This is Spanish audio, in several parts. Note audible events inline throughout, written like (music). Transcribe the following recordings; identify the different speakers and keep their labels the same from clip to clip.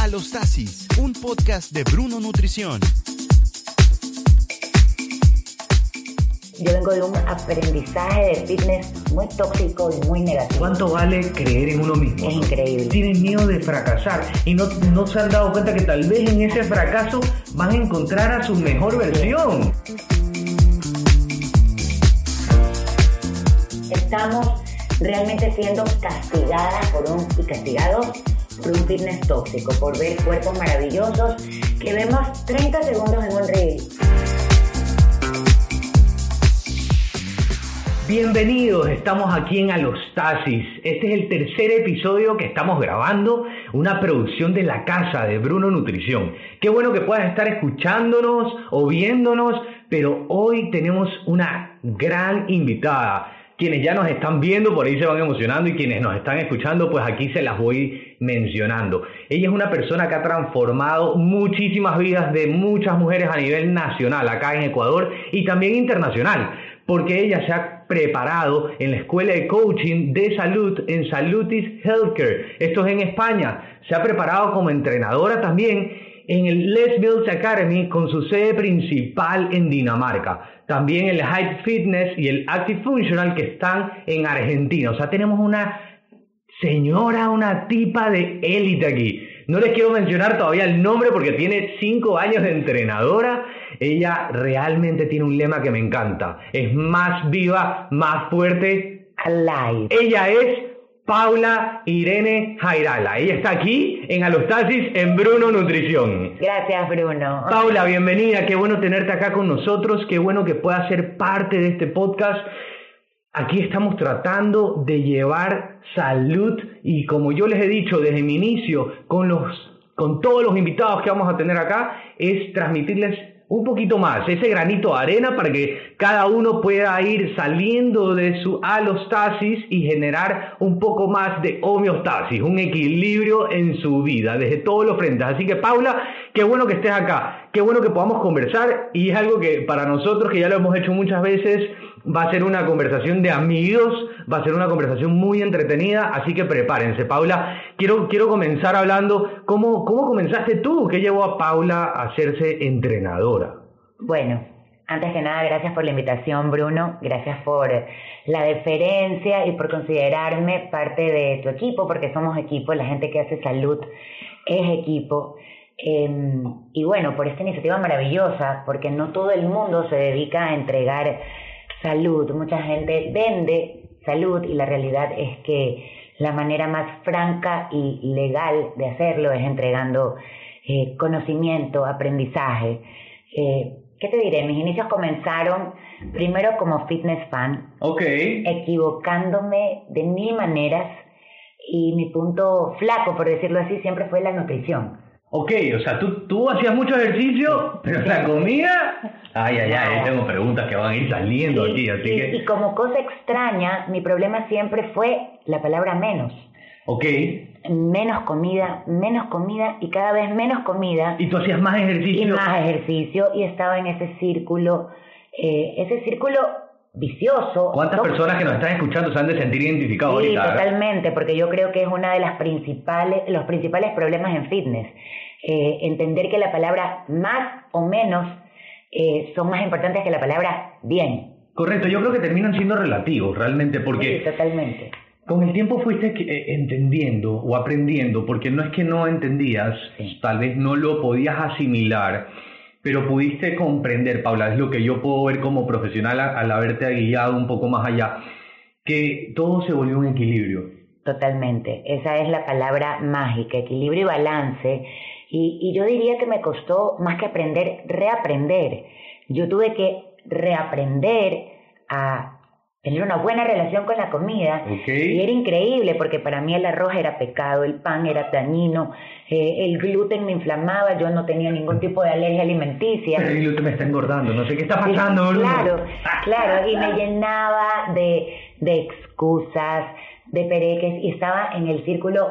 Speaker 1: Alostasis, un podcast de Bruno Nutrición.
Speaker 2: Yo vengo de un aprendizaje de fitness muy tóxico y muy negativo.
Speaker 3: ¿Cuánto vale creer en uno mismo?
Speaker 2: Es increíble.
Speaker 3: Tienen miedo de fracasar y no, no se han dado cuenta que tal vez en ese fracaso van a encontrar a su mejor versión.
Speaker 2: Estamos realmente siendo castigadas por un, y castigados por un fitness tóxico, por ver cuerpos maravillosos que vemos 30 segundos en un reel.
Speaker 3: Bienvenidos, estamos aquí en Alostasis. Este es el tercer episodio que estamos grabando, una producción de la casa de Bruno Nutrición. Qué bueno que puedas estar escuchándonos o viéndonos, pero hoy tenemos una gran invitada. Quienes ya nos están viendo, por ahí se van emocionando y quienes nos están escuchando, pues aquí se las voy mencionando. Ella es una persona que ha transformado muchísimas vidas de muchas mujeres a nivel nacional, acá en Ecuador y también internacional porque ella se ha preparado en la escuela de coaching de salud en Salutis Healthcare. Esto es en España. Se ha preparado como entrenadora también en el Les Mills Academy con su sede principal en Dinamarca. También el Hype Fitness y el Active Functional que están en Argentina. O sea, tenemos una señora, una tipa de élite aquí. No les quiero mencionar todavía el nombre porque tiene 5 años de entrenadora. Ella realmente tiene un lema que me encanta. Es más viva, más fuerte.
Speaker 2: Alive.
Speaker 3: Ella es Paula Irene Jairala. Ella está aquí en Alostasis en Bruno Nutrición.
Speaker 2: Gracias, Bruno.
Speaker 3: Paula, bienvenida. Qué bueno tenerte acá con nosotros. Qué bueno que puedas ser parte de este podcast. Aquí estamos tratando de llevar salud y como yo les he dicho desde mi inicio con los con todos los invitados que vamos a tener acá es transmitirles un poquito más, ese granito de arena para que cada uno pueda ir saliendo de su alostasis y generar un poco más de homeostasis, un equilibrio en su vida desde todos los frentes. Así que Paula, qué bueno que estés acá, qué bueno que podamos conversar y es algo que para nosotros, que ya lo hemos hecho muchas veces, va a ser una conversación de amigos, va a ser una conversación muy entretenida, así que prepárense. Paula, quiero, quiero comenzar hablando, ¿cómo, ¿cómo comenzaste tú? ¿Qué llevó a Paula a hacerse entrenadora?
Speaker 2: Bueno, antes que nada, gracias por la invitación, Bruno. Gracias por la deferencia y por considerarme parte de tu equipo, porque somos equipo, la gente que hace salud es equipo. Eh, y bueno, por esta iniciativa maravillosa, porque no todo el mundo se dedica a entregar salud. Mucha gente vende salud y la realidad es que la manera más franca y legal de hacerlo es entregando eh, conocimiento, aprendizaje. Eh, ¿Qué te diré? Mis inicios comenzaron primero como fitness fan,
Speaker 3: Ok.
Speaker 2: equivocándome de mil maneras y mi punto flaco, por decirlo así, siempre fue la nutrición.
Speaker 3: Ok, o sea, tú, tú hacías mucho ejercicio, (laughs) pero la comida... Ay, ay, ay, tengo preguntas que van a ir saliendo
Speaker 2: y,
Speaker 3: aquí, así
Speaker 2: y-
Speaker 3: que...
Speaker 2: y como cosa extraña, mi problema siempre fue la palabra menos.
Speaker 3: Ok.
Speaker 2: Menos comida, menos comida y cada vez menos comida
Speaker 3: Y tú hacías más
Speaker 2: y
Speaker 3: ejercicio.
Speaker 2: más ejercicio y estaba en ese círculo, eh, ese círculo vicioso.
Speaker 3: ¿Cuántas
Speaker 2: ¿no?
Speaker 3: personas que nos están escuchando se han de sentir identificados
Speaker 2: Sí,
Speaker 3: ahorita? eh?
Speaker 2: totalmente, porque yo creo que es una de las principales, los principales problemas en fitness. Eh, entender que la palabra más o menos eh, son más importantes que la palabra bien.
Speaker 3: Correcto, yo creo que terminan siendo relativos realmente, porque
Speaker 2: Sí, totalmente.
Speaker 3: con el tiempo fuiste que- eh, entendiendo o aprendiendo, porque no es que no entendías,
Speaker 2: Sí.
Speaker 3: tal vez no lo podías asimilar, pero pudiste comprender, Paula, es lo que yo puedo ver como profesional a- al haberte guiado un poco más allá, que todo se volvió un equilibrio.
Speaker 2: Totalmente, esa es la palabra mágica, equilibrio y balance. Y, y yo diría que me costó más que aprender, reaprender. Yo tuve que reaprender a tener una buena relación con la comida.
Speaker 3: ¿Ok?
Speaker 2: Y era increíble porque para mí el arroz era pecado, el pan era dañino, eh, el gluten me inflamaba, yo no tenía ningún tipo de alergia alimenticia.
Speaker 3: Pero el gluten me está engordando, no sé qué está
Speaker 2: Sí,
Speaker 3: pasando. Bruno.
Speaker 2: Claro, claro, y me llenaba de, de excusas, de pereques, y estaba en el círculo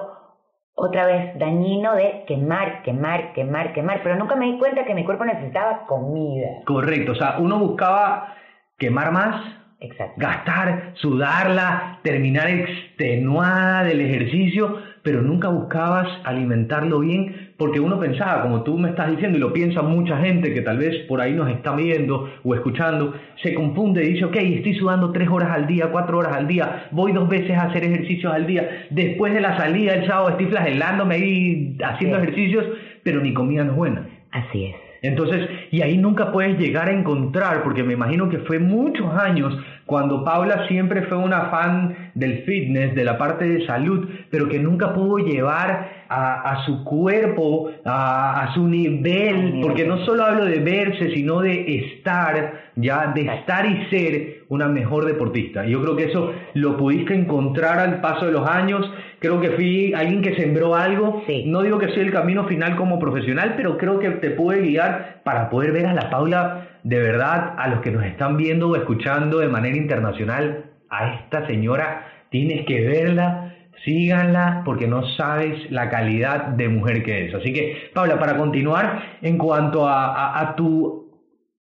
Speaker 2: otra vez dañino de quemar, quemar, quemar, quemar, pero nunca me di cuenta que mi cuerpo necesitaba comida.
Speaker 3: Correcto, o sea, uno buscaba quemar más,
Speaker 2: Exacto.
Speaker 3: gastar, sudarla, terminar extenuada del ejercicio, pero nunca buscabas alimentarlo bien porque uno pensaba, como tú me estás diciendo, y lo piensa mucha gente que tal vez por ahí nos está viendo o escuchando, se confunde y dice, ok, estoy sudando tres horas al día, cuatro horas al día, voy dos veces a hacer ejercicios al día, después de la salida el sábado estoy flagelándome ahí haciendo
Speaker 2: Sí.
Speaker 3: ejercicios, pero mi comida no es buena.
Speaker 2: Así es.
Speaker 3: Entonces, y ahí nunca puedes llegar a encontrar, porque me imagino que fue muchos años cuando Paula siempre fue una fan del fitness, de la parte de salud, pero que nunca pudo llevar a, a su cuerpo, a, a su nivel, porque no solo hablo de verse, sino de estar, ya, de estar y ser una mejor deportista. Y Yo creo que eso lo pudiste encontrar al paso de los años. Creo que fui alguien que sembró algo.
Speaker 2: Sí.
Speaker 3: No digo que soy el camino final como profesional, pero creo que te pude guiar para poder ver a la Paula de verdad, a los que nos están viendo o escuchando de manera internacional. A esta señora tienes que verla, síganla, porque no sabes la calidad de mujer que es. Así que, Paula, para continuar, en cuanto a- a- a tu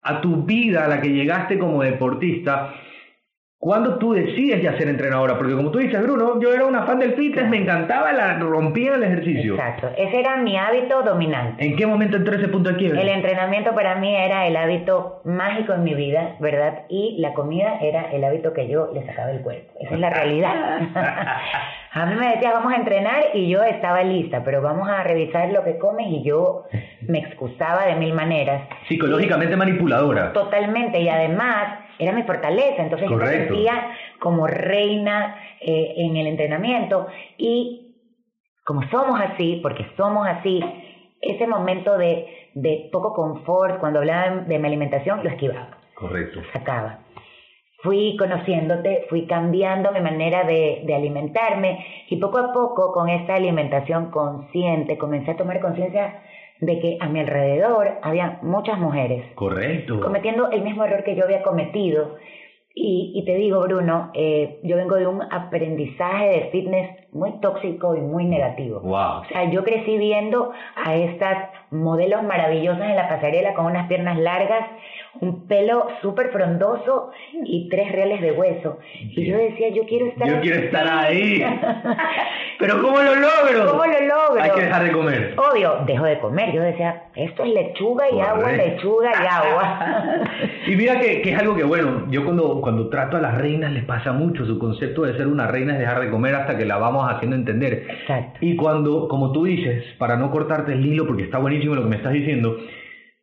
Speaker 3: a tu vida a la que llegaste como deportista, ¿cuándo tú decides ya ser entrenadora? Porque como tú dices, Bruno, yo era una fan del fitness, me encantaba, la rompía en el ejercicio.
Speaker 2: Exacto. Ese era mi hábito dominante.
Speaker 3: ¿En qué momento entró ese punto de quiebre?
Speaker 2: El entrenamiento para mí era el hábito mágico en mi vida, ¿verdad? Y la comida era el hábito que yo le sacaba del cuerpo. Esa es la realidad.
Speaker 3: (laughs)
Speaker 2: a mí me decías, vamos a entrenar y yo estaba lista, pero vamos a revisar lo que comes y yo me excusaba de mil maneras.
Speaker 3: (laughs) Psicológicamente manipuladora.
Speaker 2: Totalmente, y además era mi fortaleza, entonces yo me
Speaker 3: Correcto.
Speaker 2: sentía como reina eh, en el entrenamiento y como somos así, porque somos así, ese momento de, de poco confort, cuando hablaba de mi alimentación, lo esquivaba,
Speaker 3: Correcto.
Speaker 2: sacaba. Fui conociéndote, fui cambiando mi manera de, de alimentarme y poco a poco con esta alimentación consciente comencé a tomar conciencia de que a mi alrededor había muchas mujeres
Speaker 3: Correcto.
Speaker 2: cometiendo el mismo error que yo había cometido. Y, y te digo, Bruno, eh, yo vengo de un aprendizaje de fitness muy tóxico y muy negativo.
Speaker 3: Wow.
Speaker 2: O sea, yo crecí viendo a estas modelos maravillosas en la pasarela con unas piernas largas, un pelo súper frondoso y tres reales de hueso. Y yo decía, yo quiero estar
Speaker 3: Yo
Speaker 2: así.
Speaker 3: quiero estar ahí. (laughs) Pero ¿cómo lo logro?
Speaker 2: ¿Cómo lo logro?
Speaker 3: Hay que dejar de comer.
Speaker 2: Obvio, dejo de comer. Yo decía, esto es lechuga y agua,
Speaker 3: Correcto.
Speaker 2: lechuga y agua.
Speaker 3: (laughs) Y mira que, que es algo que, bueno, yo cuando, cuando trato a las reinas les pasa mucho, su concepto de ser una reina es dejar de comer hasta que la vamos haciendo entender.
Speaker 2: Exacto.
Speaker 3: Y cuando, como tú dices, para no cortarte el hilo, porque está buenísimo lo que me estás diciendo,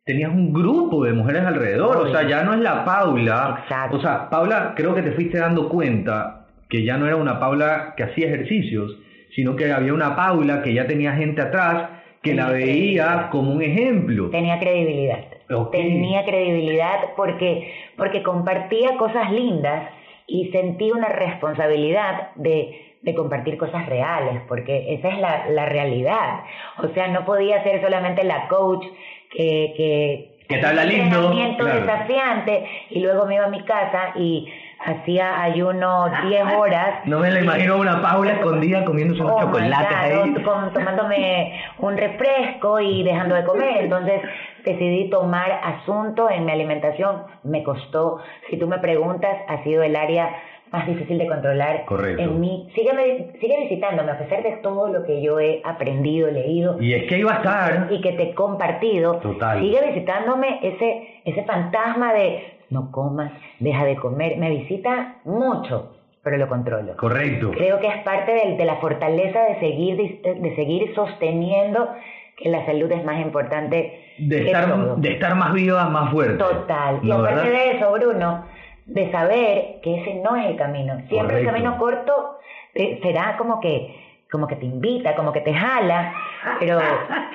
Speaker 3: tenías un grupo de mujeres alrededor, o sea, ya no es la Paula.
Speaker 2: Exacto.
Speaker 3: O sea, Paula, creo que te fuiste dando cuenta que ya no era una Paula que hacía ejercicios, sino que había una Paula que ya tenía gente atrás que la veía como un ejemplo.
Speaker 2: Tenía credibilidad.
Speaker 3: Ok.
Speaker 2: Tenía credibilidad porque, porque compartía cosas lindas y sentí una responsabilidad de, de compartir cosas reales, porque esa es la, la realidad. O sea, no podía ser solamente la coach que... que
Speaker 3: Que te habla lindo,
Speaker 2: entrenamiento
Speaker 3: claro.
Speaker 2: desafiante y luego me iba a mi casa y hacía ayuno
Speaker 3: (laughs)
Speaker 2: 10 horas
Speaker 3: No me la imagino una Paula escondida comiéndose unos
Speaker 2: Oh, my
Speaker 3: chocolates
Speaker 2: God,
Speaker 3: ahí.
Speaker 2: no, con- tomándome un refresco y dejando de comer. Entonces decidí tomar asunto en mi alimentación. Me costó, si tú me preguntas, ha sido el área más difícil de controlar
Speaker 3: Correcto.
Speaker 2: en mí. Sígueme, sigue visitándome a pesar de todo lo que yo he aprendido, leído
Speaker 3: Y es que iba a estar.
Speaker 2: y que te he compartido.
Speaker 3: Total.
Speaker 2: Sigue visitándome ese, ese fantasma de no comas, deja de comer. Me visita mucho, pero lo controlo.
Speaker 3: Correcto.
Speaker 2: Creo que es parte del- de, la fortaleza de seguir, dis- de seguir sosteniendo que la salud es más importante
Speaker 3: De
Speaker 2: que todo.
Speaker 3: estar, de estar más viva, más fuerte.
Speaker 2: Total. Y
Speaker 3: ¿No,
Speaker 2: aparte
Speaker 3: verdad?
Speaker 2: de eso, Bruno, de saber que ese no es el camino. Siempre el
Speaker 3: Correcto.
Speaker 2: camino corto eh, será como que como que te invita, como que te jala, pero,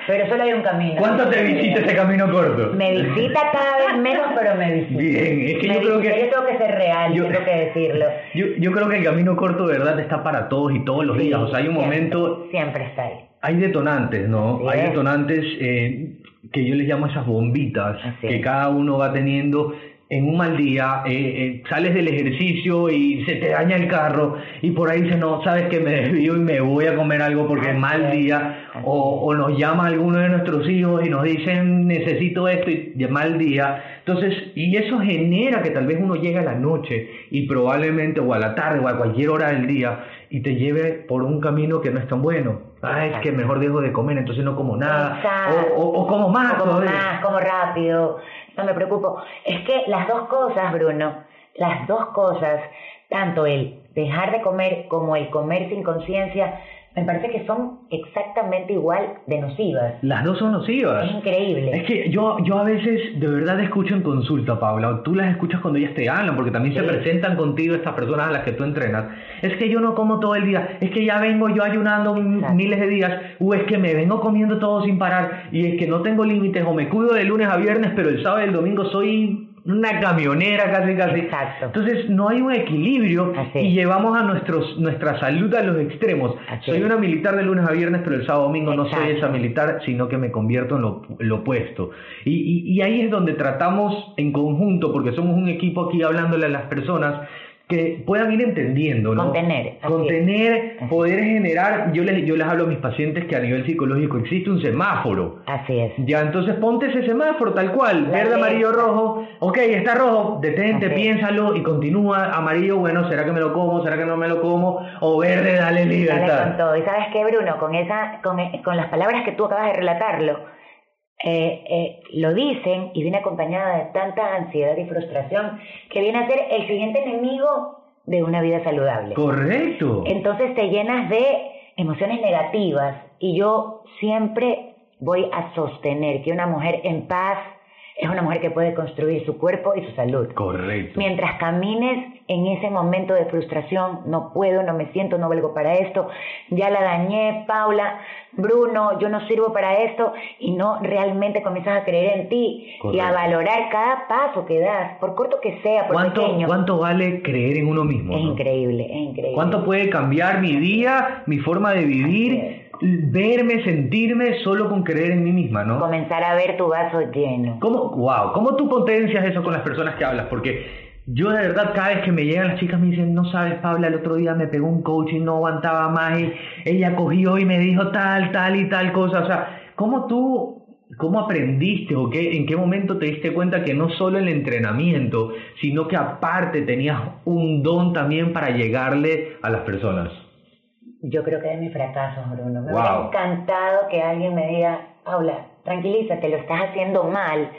Speaker 2: pero solo hay un camino.
Speaker 3: ¿Cuánto te visita ese camino corto?
Speaker 2: Me visita cada vez menos, pero me visita.
Speaker 3: Bien, es que
Speaker 2: Me
Speaker 3: yo creo
Speaker 2: visita.
Speaker 3: que-
Speaker 2: Yo tengo que ser real,
Speaker 3: Yo-
Speaker 2: tengo que decirlo.
Speaker 3: Yo, yo creo que el camino corto de verdad está para todos y todos los días. O sea, hay un
Speaker 2: Siempre,
Speaker 3: momento,
Speaker 2: Siempre está ahí.
Speaker 3: hay detonantes, ¿no?
Speaker 2: Así
Speaker 3: hay
Speaker 2: es.
Speaker 3: detonantes eh, que yo les llamo esas bombitas
Speaker 2: Así
Speaker 3: que
Speaker 2: es.
Speaker 3: cada uno va teniendo en un mal día. eh, eh, sales del ejercicio y se te daña el carro y por ahí dices, no, sabes que me desvío y me voy a comer algo porque es
Speaker 2: Así
Speaker 3: mal
Speaker 2: es.
Speaker 3: día.
Speaker 2: Así
Speaker 3: O, o nos llama alguno de nuestros hijos y nos dicen, necesito esto y de mal día. Entonces, y eso genera que tal vez uno llegue a la noche y probablemente o a la tarde o a cualquier hora del día y te lleve por un camino que no es tan bueno. Ay, es que mejor dejo de comer, entonces no como nada.
Speaker 2: Exacto.
Speaker 3: O, o- o como más.
Speaker 2: O como
Speaker 3: todavía.
Speaker 2: más, como rápido, no me preocupo. Es que las dos cosas, Bruno, las dos cosas, tanto el dejar de comer como el comer sin conciencia, me parece que son exactamente igual de nocivas.
Speaker 3: Las dos son nocivas.
Speaker 2: Es increíble.
Speaker 3: Es que yo, yo a veces de verdad escucho en consulta, Paula, o tú las escuchas cuando ellas te hablan, porque también se
Speaker 2: Sí.
Speaker 3: presentan contigo estas personas a las que tú entrenas. Es que yo no como todo el día, es que ya vengo yo ayunando m-
Speaker 2: Exacto.
Speaker 3: miles de días, o es que me vengo comiendo todo sin parar, y es que no tengo límites, o me cuido de lunes a viernes, pero el sábado y el domingo soy una camionera casi casi.
Speaker 2: Exacto.
Speaker 3: Entonces no hay un equilibrio
Speaker 2: Así
Speaker 3: y
Speaker 2: es.
Speaker 3: llevamos a nuestros nuestra salud a los extremos.
Speaker 2: Así
Speaker 3: soy
Speaker 2: es.
Speaker 3: una militar de lunes a viernes, pero el sábado domingo no soy
Speaker 2: Exacto.
Speaker 3: esa militar, sino que me convierto en lo, lo opuesto. Y, y- y ahí es donde tratamos en conjunto, porque somos un equipo aquí hablándole a las personas, que puedan ir entendiendo, ¿no?
Speaker 2: Contener, así
Speaker 3: Contener,
Speaker 2: es.
Speaker 3: poder generar, yo les, yo les hablo a mis pacientes que a nivel psicológico existe un semáforo.
Speaker 2: Así es.
Speaker 3: Ya, entonces ponte ese semáforo tal cual,
Speaker 2: La
Speaker 3: verde,
Speaker 2: ley.
Speaker 3: amarillo, rojo. Ok, está rojo, detente,
Speaker 2: Así es.
Speaker 3: piénsalo y continúa. Amarillo, bueno, ¿será que me lo como? ¿Será que no me lo como? O verde,
Speaker 2: Dale
Speaker 3: dale libertad.
Speaker 2: con todo. Y sabes qué, Bruno, con esa, con, eh, con las palabras que tú acabas de relatarlo, eh, eh, lo dicen y viene acompañada de tanta ansiedad y frustración que viene a ser el siguiente enemigo de una vida saludable.
Speaker 3: Correcto.
Speaker 2: Entonces te llenas de emociones negativas y yo siempre voy a sostener que una mujer en paz es una mujer que puede construir su cuerpo y su salud.
Speaker 3: Correcto.
Speaker 2: Mientras camines en ese momento de frustración, no puedo, no me siento, no valgo para esto, ya la dañé, Paula, Bruno, yo no sirvo para esto, y no realmente comienzas a creer en ti y a
Speaker 3: Correcto.
Speaker 2: valorar cada paso que das, por corto que sea, por
Speaker 3: ¿Cuánto,
Speaker 2: pequeño.
Speaker 3: ¿Cuánto vale creer en uno mismo?
Speaker 2: es
Speaker 3: no?
Speaker 2: increíble, es increíble.
Speaker 3: ¿Cuánto puede cambiar mi día, mi forma de vivir, verme, sentirme solo con creer en mí misma, no?
Speaker 2: Comenzar a ver tu vaso lleno.
Speaker 3: ¿Cómo, wow, ¿Cómo tú potencias eso con las personas que hablas? Porque yo de verdad cada vez que me llegan las chicas me dicen, no sabes, Paula, el otro día me pegó un coaching, no aguantaba más, y ella cogió y me dijo tal, tal y tal cosa. O sea, ¿cómo tú, cómo aprendiste o qué, en qué momento te diste cuenta que no solo el entrenamiento, sino que aparte tenías un don también para llegarle a las personas?
Speaker 2: Yo creo que de mis fracasos, Bruno. Me
Speaker 3: Wow.
Speaker 2: hubiera encantado que alguien me diga, Paula, tranquilízate, lo estás haciendo mal,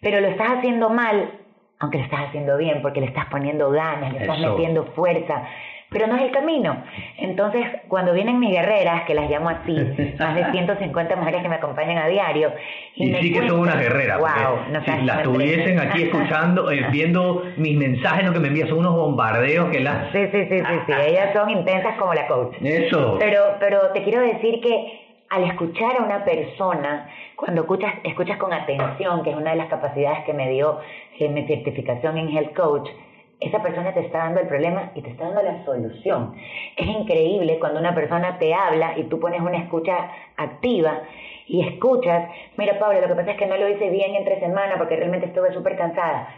Speaker 2: pero lo estás haciendo mal, aunque lo estás haciendo bien, porque le estás poniendo ganas, le estás
Speaker 3: Eso.
Speaker 2: metiendo fuerza, pero no es el camino. Entonces, cuando vienen mis guerreras, que las llamo
Speaker 3: (laughs)
Speaker 2: así, más de 150 mujeres que me acompañan a diario,
Speaker 3: Y,
Speaker 2: me
Speaker 3: sí que son
Speaker 2: cuentan,
Speaker 3: unas guerreras.
Speaker 2: Wow,
Speaker 3: porque
Speaker 2: no sabes
Speaker 3: si las
Speaker 2: cómo me
Speaker 3: tuviesen
Speaker 2: prenden.
Speaker 3: aquí escuchando, eh, viendo mis mensajes, lo que me envían son unos bombardeos que las...
Speaker 2: (laughs) Sí, sí, sí, sí, sí, ellas son intensas como la coach.
Speaker 3: Eso.
Speaker 2: Pero, pero te quiero decir que al escuchar a una persona, cuando escuchas, escuchas con atención, que es una de las capacidades que me dio eh, mi certificación en Health Coach, esa persona te está dando el problema y te está dando la solución. Es increíble cuando una persona te habla y tú pones una escucha activa y escuchas, mira Pablo, lo que pasa es que no lo hice bien entre semana porque realmente estuve súper cansada.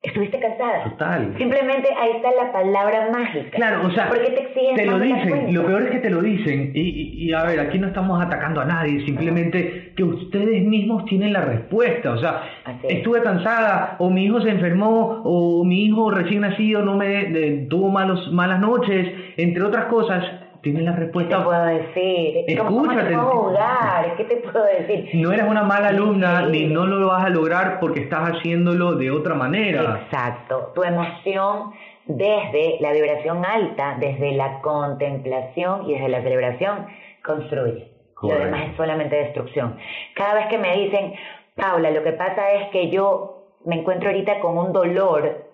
Speaker 2: ¿Estuviste cansada?
Speaker 3: Total.
Speaker 2: Simplemente ahí está la palabra mágica.
Speaker 3: Claro, o sea,
Speaker 2: ¿Por qué te exigen
Speaker 3: lo
Speaker 2: más de la
Speaker 3: dicen,
Speaker 2: cuenta?
Speaker 3: lo peor es que te lo dicen. Y, y- y a ver, aquí no estamos atacando a nadie, simplemente que ustedes mismos tienen la respuesta. O sea,
Speaker 2: Así es.
Speaker 3: estuve cansada, o mi hijo se enfermó, o mi hijo recién nacido no me de- tuvo malos, malas noches, entre otras cosas, tienen la
Speaker 2: ¿Qué te
Speaker 3: respuesta.
Speaker 2: puedo decir? ¿Cómo, cómo
Speaker 3: Escúchate.
Speaker 2: te puedo juzgar? ¿Qué te puedo decir?
Speaker 3: No eres una mala alumna,
Speaker 2: Sí.
Speaker 3: ni no lo vas a lograr porque estás haciéndolo de otra manera.
Speaker 2: Exacto. Tu emoción desde la vibración alta, desde la contemplación y desde la celebración, construye.
Speaker 3: Correcto.
Speaker 2: Lo demás es solamente destrucción. Cada vez que me dicen, Paula, lo que pasa es que yo me encuentro ahorita con un dolor,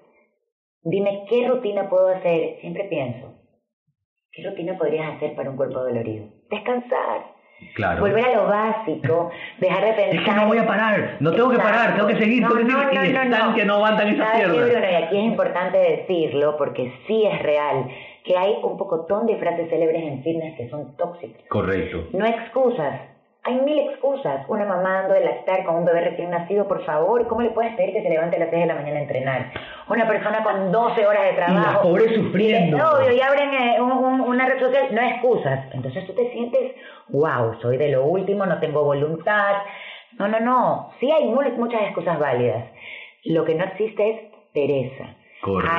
Speaker 2: dime qué rutina puedo hacer. Siempre pienso, ¿qué rutina podrías hacer para un cuerpo dolorido? Descansar.
Speaker 3: Claro.
Speaker 2: Volver a lo básico, dejar de pensar.
Speaker 3: Es que no voy a parar, no tengo que
Speaker 2: Exacto.
Speaker 3: parar, tengo que seguir,
Speaker 2: No,
Speaker 3: tengo que
Speaker 2: no,
Speaker 3: seguir. y
Speaker 2: no, no,
Speaker 3: están
Speaker 2: no.
Speaker 3: que no aguantan esas
Speaker 2: ¿Sabes qué,
Speaker 3: piernas.
Speaker 2: Bruno? Y aquí es importante decirlo porque sí es real que hay un pocotón de frases célebres en fitness que son tóxicas.
Speaker 3: Correcto.
Speaker 2: No excusas. Hay mil excusas. Una mamá dando de lactar con un bebé recién nacido, por favor, ¿cómo le puedes pedir que se levante a las 6 de la mañana a entrenar? Una persona con 12 horas de
Speaker 3: Y las
Speaker 2: trabajo.
Speaker 3: pobres
Speaker 2: Eh,
Speaker 3: sufriendo.
Speaker 2: Obvio, y abren eh, un- un- una red social, no excusas. Entonces tú te sientes, wow, soy de lo último, no tengo voluntad. No, no, no. Sí hay mu- muchas excusas válidas. Lo que no existe es pereza.
Speaker 3: Correcto.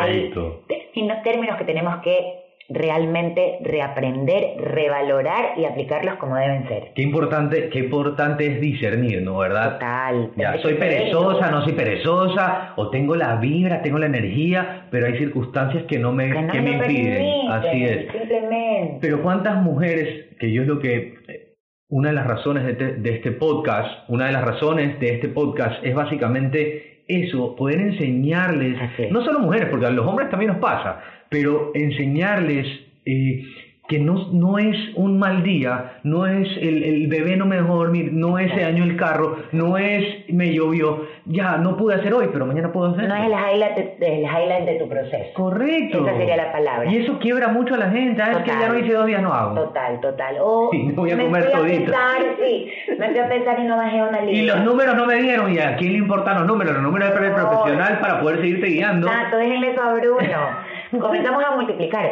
Speaker 2: Hay te- y no- términos que tenemos que realmente reaprender, revalorar y aplicarlos como deben ser.
Speaker 3: Qué importante, qué importante es discernir, ¿no? ¿Verdad?
Speaker 2: Total.
Speaker 3: Ah, Ya,
Speaker 2: Tenés
Speaker 3: soy
Speaker 2: que ser
Speaker 3: perezosa,
Speaker 2: eso.
Speaker 3: no soy perezosa, o tengo la vibra, tengo la energía, pero hay circunstancias que no me,
Speaker 2: Que no
Speaker 3: que
Speaker 2: me
Speaker 3: me impiden.
Speaker 2: permiten,
Speaker 3: Así es.
Speaker 2: Simplemente.
Speaker 3: Pero cuántas mujeres, que yo es lo que, eh, una de las razones de, te- de este podcast, una de las razones de este podcast es básicamente eso, poder enseñarles,
Speaker 2: Así es.
Speaker 3: no solo mujeres, porque a los hombres también nos pasa, pero enseñarles eh, que no, no es un mal día, no es el, el bebé no me dejó dormir, no es se dañó el carro, no es me llovió, ya no pude hacer hoy, pero mañana puedo hacer.
Speaker 2: No es el highlight de, el highlight de tu proceso.
Speaker 3: Correcto.
Speaker 2: Esa sería la palabra.
Speaker 3: Y eso quiebra mucho a la gente, ah, es que
Speaker 2: Total.
Speaker 3: ya no hice dos días, no hago.
Speaker 2: Total, total. O
Speaker 3: Sí, me voy a
Speaker 2: me
Speaker 3: comer
Speaker 2: fui
Speaker 3: todito.
Speaker 2: A pensar, sí, me fui a pensar y no bajé una línea.
Speaker 3: Y los números no me dieron, y a quién le importan los números, los números del
Speaker 2: No.
Speaker 3: profesional para poder seguirte guiando.
Speaker 2: Exacto, déjenle eso a Bruno. Comenzamos a multiplicar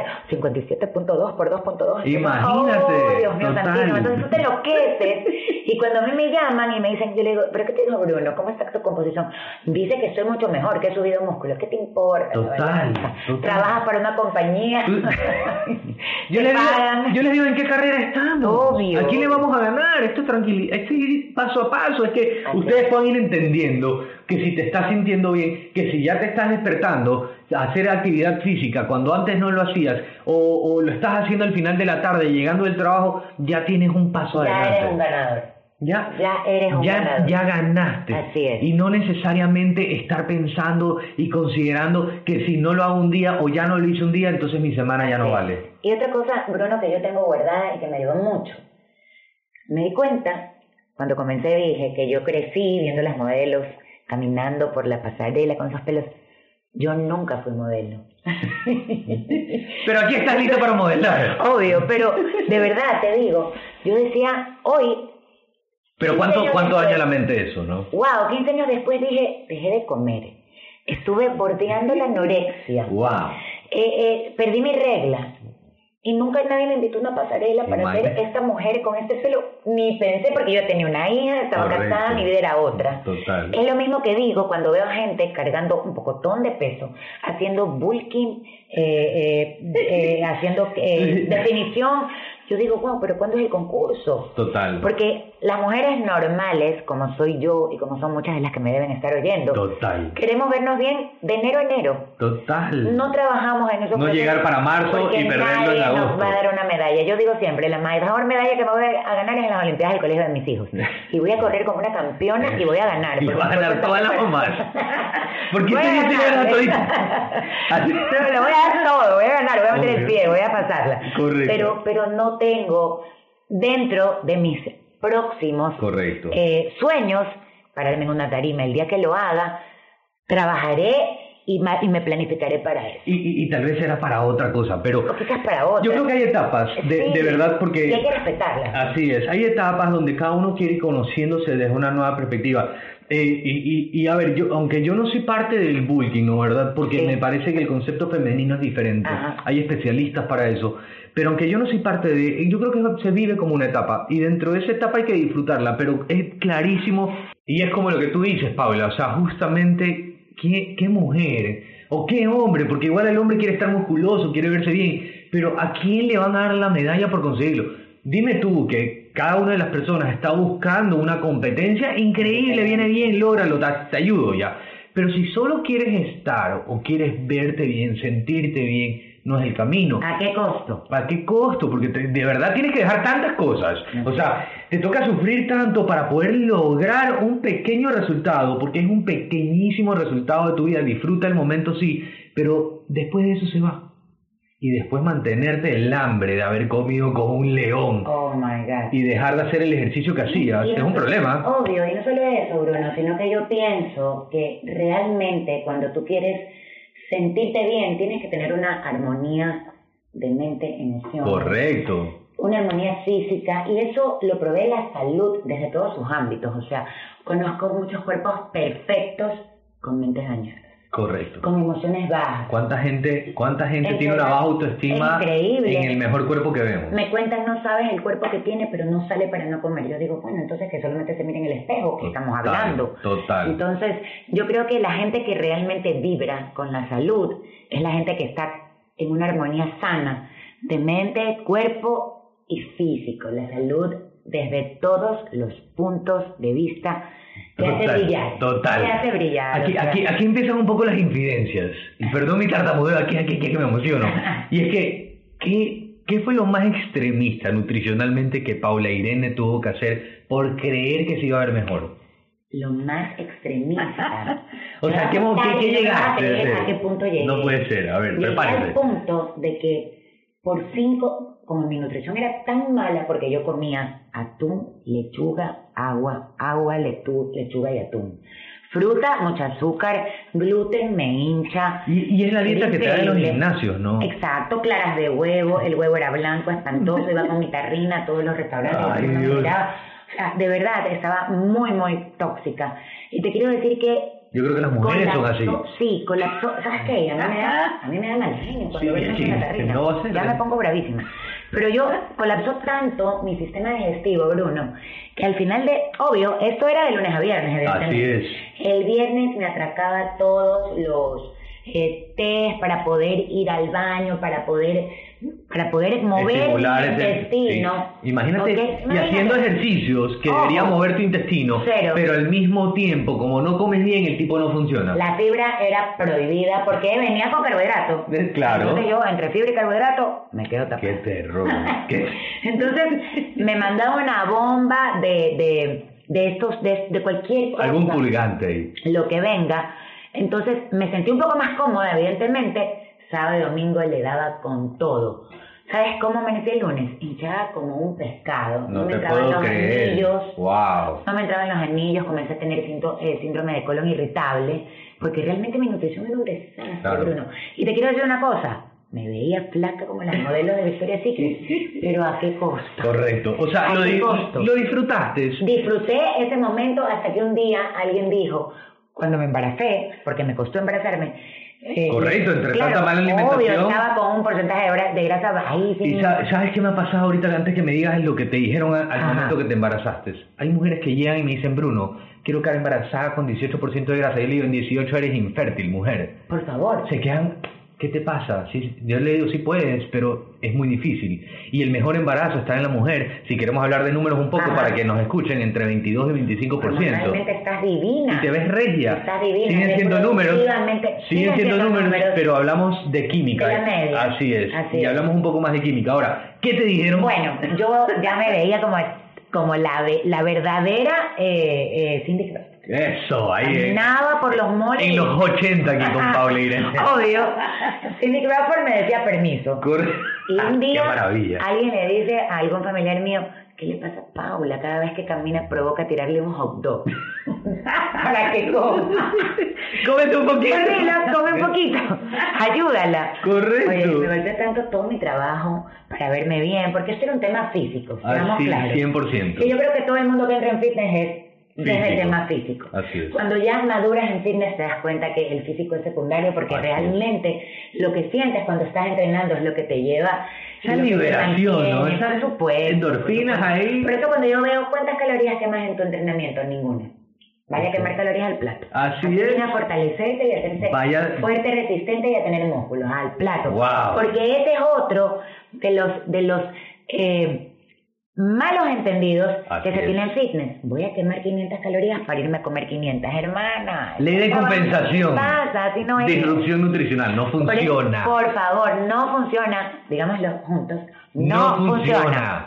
Speaker 2: 57.2 por 2.2.
Speaker 3: Imagínate,
Speaker 2: Oh, Dios mío,
Speaker 3: total.
Speaker 2: santísimo. Entonces tú te enloqueces. Y cuando a mí me llaman y me dicen, yo le digo, ¿pero qué te dijo Bruno? ¿Cómo está tu composición? Dice que soy mucho mejor, que he subido músculos. ¿Qué te importa?
Speaker 3: Total, total.
Speaker 2: Trabajas para una compañía.
Speaker 3: Tú- yo,
Speaker 2: Te
Speaker 3: les digo,
Speaker 2: pagan.
Speaker 3: yo les digo en qué carrera estamos.
Speaker 2: Obvio.
Speaker 3: Aquí le vamos a ganar. Esto es tranquili- esto es ir paso a paso. Es que
Speaker 2: Así
Speaker 3: ustedes
Speaker 2: es.
Speaker 3: pueden ir entendiendo que si te estás sintiendo bien, que si ya te estás despertando, hacer actividad física cuando antes no lo hacías o, o lo estás haciendo al final de la tarde, llegando del trabajo, ya tienes un
Speaker 2: (laughs)
Speaker 3: paso
Speaker 2: ya
Speaker 3: adelante.
Speaker 2: eres un ganador.
Speaker 3: Ya,
Speaker 2: Ya eres un
Speaker 3: ya,
Speaker 2: ganador.
Speaker 3: ya ganaste.
Speaker 2: Así es.
Speaker 3: Y no necesariamente estar pensando y considerando que si no lo hago un día o ya no lo hice un día, entonces mi semana ya no vale.
Speaker 2: Eh, Y otra cosa, Bruno, que yo tengo guardada y que me ayudó mucho. Me di cuenta, cuando comencé dije que yo crecí viendo las modelos, caminando por la pasarela con esos pelos. Yo nunca fui modelo. (laughs)
Speaker 3: Pero aquí estás listo para modelar.
Speaker 2: Obvio, pero de verdad te digo, yo decía, hoy, (laughs)
Speaker 3: Pero
Speaker 2: Sí,
Speaker 3: ¿cuánto,
Speaker 2: señor,
Speaker 3: cuánto
Speaker 2: sí.
Speaker 3: daña la mente eso, no?
Speaker 2: wow, 15 años después dije, dejé de comer. Estuve bordeando la anorexia.
Speaker 3: ¡Wow!
Speaker 2: Eh, eh, perdí mi regla y nunca nadie me invitó a una pasarela para
Speaker 3: Imagínate.
Speaker 2: ser esta mujer con este pelo. Ni pensé porque yo tenía una hija, estaba
Speaker 3: Correcto.
Speaker 2: casada, mi vida era otra.
Speaker 3: Total.
Speaker 2: Es lo mismo que digo cuando veo gente cargando un pocotón de peso, haciendo bulking, eh, eh,
Speaker 3: (laughs)
Speaker 2: eh, haciendo eh, definición. Yo digo, wow, pero ¿cuándo es el concurso?
Speaker 3: Total.
Speaker 2: Porque las mujeres normales, como soy yo y como son muchas de las que me deben estar oyendo,
Speaker 3: Total.
Speaker 2: queremos vernos bien de enero a enero.
Speaker 3: Total.
Speaker 2: No trabajamos en esos
Speaker 3: Mm. No
Speaker 2: procesos
Speaker 3: llegar para marzo
Speaker 2: porque
Speaker 3: y perderlo en
Speaker 2: nadie
Speaker 3: agosto.
Speaker 2: Nos va a dar una medalla. Yo digo siempre, la mejor medalla que voy a ganar es en las Olimpiadas del colegio de mis
Speaker 3: (laughs)
Speaker 2: hijos. Y voy a correr como una campeona y voy a ganar.
Speaker 3: Y
Speaker 2: porque
Speaker 3: va a ganar
Speaker 2: entonces-
Speaker 3: todas las mamás.
Speaker 2: (laughs)
Speaker 3: Porque
Speaker 2: Voy a
Speaker 3: este día se
Speaker 2: ganar.
Speaker 3: gana todita.
Speaker 2: (laughs)
Speaker 3: Así.
Speaker 2: (laughs) No, lo voy a dar todo, voy a ganar, voy a meter el
Speaker 3: Obvio.
Speaker 2: pie, voy a pasarla.
Speaker 3: Correcto.
Speaker 2: Pero, pero no tengo dentro de mis próximos
Speaker 3: Correcto.
Speaker 2: eh, sueños, pararme en una tarima el día que lo haga, trabajaré y, ma- y me planificaré para eso.
Speaker 3: Y, y- y tal vez era para otra cosa, pero
Speaker 2: O quizás para otra.
Speaker 3: yo creo que hay etapas, de,
Speaker 2: Sí,
Speaker 3: de verdad,
Speaker 2: y hay
Speaker 3: porque Ah,
Speaker 2: que respetarla.
Speaker 3: Así es, hay etapas donde cada uno quiere ir conociéndose desde una nueva perspectiva. Eh, y, y- y a ver, yo, aunque yo no soy parte del bulking, ¿no? ¿Verdad? Porque
Speaker 2: Sí.
Speaker 3: me parece que el concepto femenino es diferente.
Speaker 2: Ajá.
Speaker 3: Hay especialistas para eso. Pero aunque yo no soy parte de... eh, Yo creo que se vive como una etapa. Y dentro de esa etapa hay que disfrutarla. Pero es clarísimo. Y es como lo que tú dices, Paula. O sea, justamente, ¿qué, qué mujer? ¿O qué hombre? Porque igual el hombre quiere estar musculoso, quiere verse bien. Pero ¿a quién le van a dar la medalla por conseguirlo? Dime tú que cada una de las personas está buscando una competencia increíble, viene bien, lógralo, te, te ayudo ya. Pero si solo quieres estar o quieres verte bien, sentirte bien, no es el camino.
Speaker 2: ¿A qué costo?
Speaker 3: ¿Para qué costo? Porque te- de verdad tienes que dejar tantas cosas. O sea, te toca sufrir tanto para poder lograr un pequeño resultado, porque es un pequeñísimo resultado de tu vida. Disfruta el momento, sí, pero después de eso se va. Y después mantenerte el hambre de haber comido como un león
Speaker 2: Oh my God.
Speaker 3: y dejar de hacer el ejercicio que hacías
Speaker 2: Y-
Speaker 3: es un problema.
Speaker 2: Obvio, y no solo eso, Bruno, sino que yo pienso que realmente cuando tú quieres sentirte bien, tienes que tener una armonía de mente emoción.
Speaker 3: Correcto.
Speaker 2: Una armonía física, y eso lo provee la salud desde todos sus ámbitos. O sea, conozco muchos cuerpos perfectos con mentes dañadas,
Speaker 3: Correcto.
Speaker 2: con emociones bajas.
Speaker 3: ¿Cuánta gente, cuánta gente
Speaker 2: Es
Speaker 3: tiene una
Speaker 2: verdad.
Speaker 3: baja autoestima
Speaker 2: Es increíble.
Speaker 3: en el mejor cuerpo que vemos?
Speaker 2: Me cuentan, no sabes el cuerpo que tiene, pero no sale para no comer. Yo digo, bueno, entonces que solamente se mire en el espejo, que estamos
Speaker 3: Total,
Speaker 2: hablando.
Speaker 3: Total.
Speaker 2: Entonces, yo creo que la gente que realmente vibra con la salud es la gente que está en una armonía sana, de mente, cuerpo y físico. La salud desde todos los puntos de vista te hace brillar.
Speaker 3: total.
Speaker 2: Te hace brillar.
Speaker 3: Aquí,
Speaker 2: o sea,
Speaker 3: aquí, aquí empiezan un poco las infidencias. Y perdón mi tartamudeo, aquí, aquí, aquí que me
Speaker 2: (laughs)
Speaker 3: emociono. Y es que, ¿qué, ¿qué fue lo más extremista nutricionalmente que Paula Irene tuvo que hacer por creer que se iba a ver mejor?
Speaker 2: Lo más extremista.
Speaker 3: O sea, ¿qué,
Speaker 2: Vamos
Speaker 3: mo-
Speaker 2: a
Speaker 3: qué, qué
Speaker 2: ver,
Speaker 3: llegaste?
Speaker 2: a ver
Speaker 3: hacer?
Speaker 2: ¿A qué punto llegué?
Speaker 3: No puede ser, a ver,
Speaker 2: Llegué al
Speaker 3: prepárese.
Speaker 2: punto de que por cinco, como mi nutrición era tan mala, porque yo comía atún, lechuga, agua, agua, letu- lechuga y atún. Fruta, mucho azúcar, gluten me hincha.
Speaker 3: Y, y es la dieta que te dan en los
Speaker 2: Increíble.
Speaker 3: gimnasios, ¿no?
Speaker 2: Exacto, claras de huevo, el huevo era blanco, espantoso, iba con mi tarrina a todos los restaurantes.
Speaker 3: Ay,
Speaker 2: yo no me
Speaker 3: Dios.
Speaker 2: miraba. O sea, de verdad, estaba muy, muy tóxica. Y te quiero decir que
Speaker 3: Yo creo que las mujeres son así.
Speaker 2: Colapsó- Sí, colapsó. ¿Sabes qué? A mí me da, a mí me da mal genio cuando
Speaker 3: Sí,
Speaker 2: veo esa
Speaker 3: sí,
Speaker 2: chatarrina.
Speaker 3: no sé.
Speaker 2: Ya me pongo bravísima. Pero yo colapsó tanto mi sistema digestivo, Bruno, que al final de... Obvio, esto era de lunes a viernes,
Speaker 3: Así
Speaker 2: evidentemente.
Speaker 3: es.
Speaker 2: El viernes me atracaba todos los eh, test para poder ir al baño, para poder para poder mover mi
Speaker 3: Estimular ese-
Speaker 2: intestino.
Speaker 3: sí. Imagínate,
Speaker 2: Porque-
Speaker 3: y
Speaker 2: imagínate.
Speaker 3: haciendo ejercicios que
Speaker 2: Ojo.
Speaker 3: debería mover tu intestino,
Speaker 2: Cero.
Speaker 3: pero al mismo tiempo, como no comes bien, el tipo no funciona.
Speaker 2: La fibra era prohibida porque venía con carbohidrato.
Speaker 3: Eh, claro.
Speaker 2: Entonces yo, entre fibra y carbohidrato, me quedo tapada.
Speaker 3: Qué
Speaker 2: (laughs)
Speaker 3: terror. qué-
Speaker 2: Entonces me mandaba una bomba de, de, de estos, de, de cualquier cosa,
Speaker 3: Algún pulgante ahí.
Speaker 2: lo que venga. Entonces me sentí un poco más cómoda, evidentemente. Sábado y domingo le daba con todo. ¿Sabes cómo amanecí el lunes? Hinchada como un pescado.
Speaker 3: No
Speaker 2: me
Speaker 3: te
Speaker 2: entraban
Speaker 3: puedo
Speaker 2: los
Speaker 3: creer.
Speaker 2: anillos.
Speaker 3: Wow.
Speaker 2: No me entraban los anillos, comencé a tener sínto- eh, síndrome de colon irritable, porque realmente mi nutrición era un desastre,
Speaker 3: Claro.
Speaker 2: Bruno. Y te quiero decir una cosa, me veía flaca como las modelos de Victoria's Secret, pero ¿a qué costo?
Speaker 3: Correcto. O sea,
Speaker 2: ¿A
Speaker 3: lo,
Speaker 2: qué
Speaker 3: di-
Speaker 2: costo?
Speaker 3: lo disfrutaste.
Speaker 2: Disfruté ese momento hasta que un día alguien dijo, cuando me embaracé, porque me costó embarazarme, eh,
Speaker 3: Correcto, entre tanta mala alimentación.
Speaker 2: Obvio, estaba con un porcentaje de, bra- de grasa
Speaker 3: ¿Y
Speaker 2: bajísimo.
Speaker 3: sa- sabes qué me ha pasado ahorita antes que me digas lo que te dijeron a- al
Speaker 2: Ajá.
Speaker 3: momento que te embarazaste? Hay mujeres que llegan y me dicen, Bruno, quiero quedar embarazada con 18% de grasa. Y le digo, en 18 eres infértil, mujer.
Speaker 2: Por favor.
Speaker 3: se quedan, ¿qué te pasa? Sí, yo le digo, sí puedes, pero es muy difícil. Y el mejor embarazo está en la mujer, si queremos hablar de números un poco
Speaker 2: Ajá.
Speaker 3: para que nos escuchen, entre 22 y 25%.
Speaker 2: Realmente estás divina.
Speaker 3: Y te ves regia.
Speaker 2: Estás divina,
Speaker 3: Siguen
Speaker 2: eres
Speaker 3: siendo números.
Speaker 2: productivamente-
Speaker 3: Siguen siendo números,
Speaker 2: números.
Speaker 3: pero hablamos de química.
Speaker 2: De la media.
Speaker 3: Así es.
Speaker 2: Así
Speaker 3: y
Speaker 2: es.
Speaker 3: hablamos un poco más de química. Ahora, ¿qué te dijeron?
Speaker 2: Bueno, yo ya me veía como, como la, ve- la verdadera eh, eh, Cindy Crawford.
Speaker 3: Eso, ahí es.
Speaker 2: Caminaba por los moles. Oh.
Speaker 3: En los 80 aquí con
Speaker 2: (laughs)
Speaker 3: Paula Irene.
Speaker 2: Obvio. Cindy Crawford me decía permiso.
Speaker 3: Corre-
Speaker 2: Y un día
Speaker 3: Ah, Qué maravilla.
Speaker 2: alguien le dice a algún familiar mío, ¿qué le pasa a Paula? Cada vez que camina provoca tirarle un hot dog. (laughs) Para que coma.
Speaker 3: Cómete un poquito.
Speaker 2: Correla, come un
Speaker 3: (laughs)
Speaker 2: poquito. Ayúdala.
Speaker 3: Correcto.
Speaker 2: Oye, me golpeé tanto todo mi trabajo para verme bien, porque esto era un tema físico, seamos
Speaker 3: Así,
Speaker 2: claros.
Speaker 3: 100%.
Speaker 2: Que yo creo que todo el mundo que entra en fitness es desde el
Speaker 3: Físico.
Speaker 2: tema físico.
Speaker 3: Así es.
Speaker 2: Cuando ya maduras en fitness te das cuenta que el físico es secundario porque
Speaker 3: Así es.
Speaker 2: realmente lo que sientes cuando estás entrenando es lo que te lleva
Speaker 3: Esa
Speaker 2: lo que te
Speaker 3: liberación, ¿no?
Speaker 2: mantiene,
Speaker 3: Esas
Speaker 2: por supuesto,
Speaker 3: endorfinas
Speaker 2: por supuesto.
Speaker 3: ahí.
Speaker 2: Por eso cuando yo veo cuántas calorías quemas en tu entrenamiento, ninguna. Vaya a quemar calorías al plato.
Speaker 3: Así
Speaker 2: Aquí
Speaker 3: es.
Speaker 2: viene a fortalecerte y a hacerse
Speaker 3: Vaya-
Speaker 2: fuerte, resistente y a tener músculos al plato.
Speaker 3: Wow.
Speaker 2: Porque ese es otro de los de los eh, malos entendidos
Speaker 3: Así
Speaker 2: que se
Speaker 3: es.
Speaker 2: tienen en fitness. Voy a quemar 500 calorías para irme a comer 500, hermana.
Speaker 3: Ley de
Speaker 2: Esa vaina
Speaker 3: compensación.
Speaker 2: no pasa, así no es.
Speaker 3: Disrupción nutricional, no
Speaker 2: Por eso,
Speaker 3: funciona.
Speaker 2: Por, favor, no funciona. Digámoslo juntos. No,
Speaker 3: No
Speaker 2: funciona.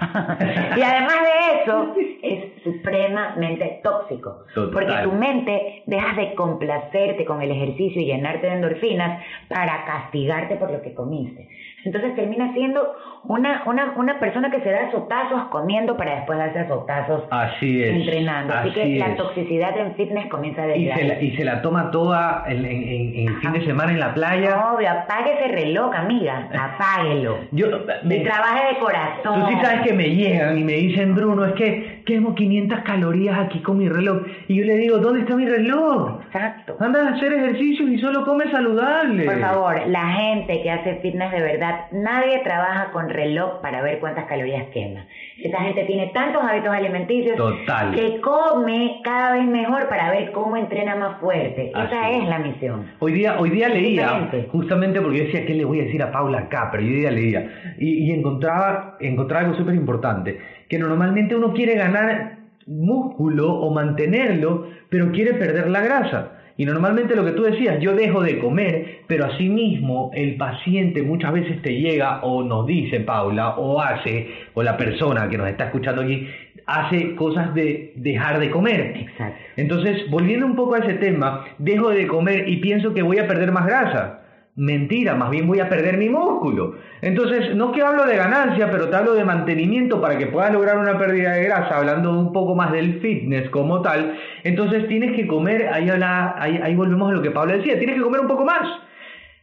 Speaker 2: (laughs)
Speaker 3: funciona.
Speaker 2: y además de eso, es supremamente tóxico.
Speaker 3: Total.
Speaker 2: Porque tu mente dejas de complacerte con el ejercicio y llenarte de endorfinas para castigarte por lo que comiste. Entonces terminas siendo una, una, una persona que se da azotazos comiendo para después darse azotazos
Speaker 3: Así es.
Speaker 2: entrenando. Así,
Speaker 3: así
Speaker 2: que la
Speaker 3: es.
Speaker 2: toxicidad en fitness comienza
Speaker 3: Y
Speaker 2: desde
Speaker 3: se,
Speaker 2: ahí.
Speaker 3: la, y se la toma toda en, en- en- en el fin de semana en la playa.
Speaker 2: Obvio, apague ese reloj, amiga. Apáguelo.
Speaker 3: Yo,
Speaker 2: Y
Speaker 3: me-
Speaker 2: trabaje de corazón.
Speaker 3: tú sí sabes que me llegan y me dicen, Bruno, es que quemo 500 calorías aquí con mi reloj. Y yo le digo, ¿dónde está mi reloj?
Speaker 2: Exacto.
Speaker 3: Anda a hacer ejercicios y solo come saludable.
Speaker 2: Por favor, la gente que hace fitness de verdad, nadie trabaja con reloj para ver cuántas calorías quema. Esta gente tiene tantos hábitos alimenticios
Speaker 3: Total.
Speaker 2: que come cada vez mejor para ver cómo entrena más fuerte. Esa
Speaker 3: Así es.
Speaker 2: es la misión.
Speaker 3: Hoy día, hoy día leía,
Speaker 2: Diferente.
Speaker 3: justamente porque yo decía, ¿qué le voy a decir a Paula acá? Pero yo hoy día leía. Y, y encontraba, encontraba algo súper importante, que normalmente uno quiere ganar músculo o mantenerlo, pero quiere perder la grasa. Y normalmente lo que tú decías, yo dejo de comer, pero asimismo el paciente muchas veces te llega o nos dice Paula, o hace, o la persona que nos está escuchando aquí, hace cosas de dejar de comer.
Speaker 2: Exacto.
Speaker 3: Entonces, volviendo un poco a ese tema, dejo de comer y pienso que voy a perder más grasa. Mentira, más bien voy a perder mi músculo. Entonces, no que hablo de ganancia, pero te hablo de mantenimiento para que puedas lograr una pérdida de grasa, hablando un poco más del fitness como tal. Entonces, tienes que comer, ahí, habla, ahí, ahí volvemos a lo que Paula decía, tienes que comer un poco más.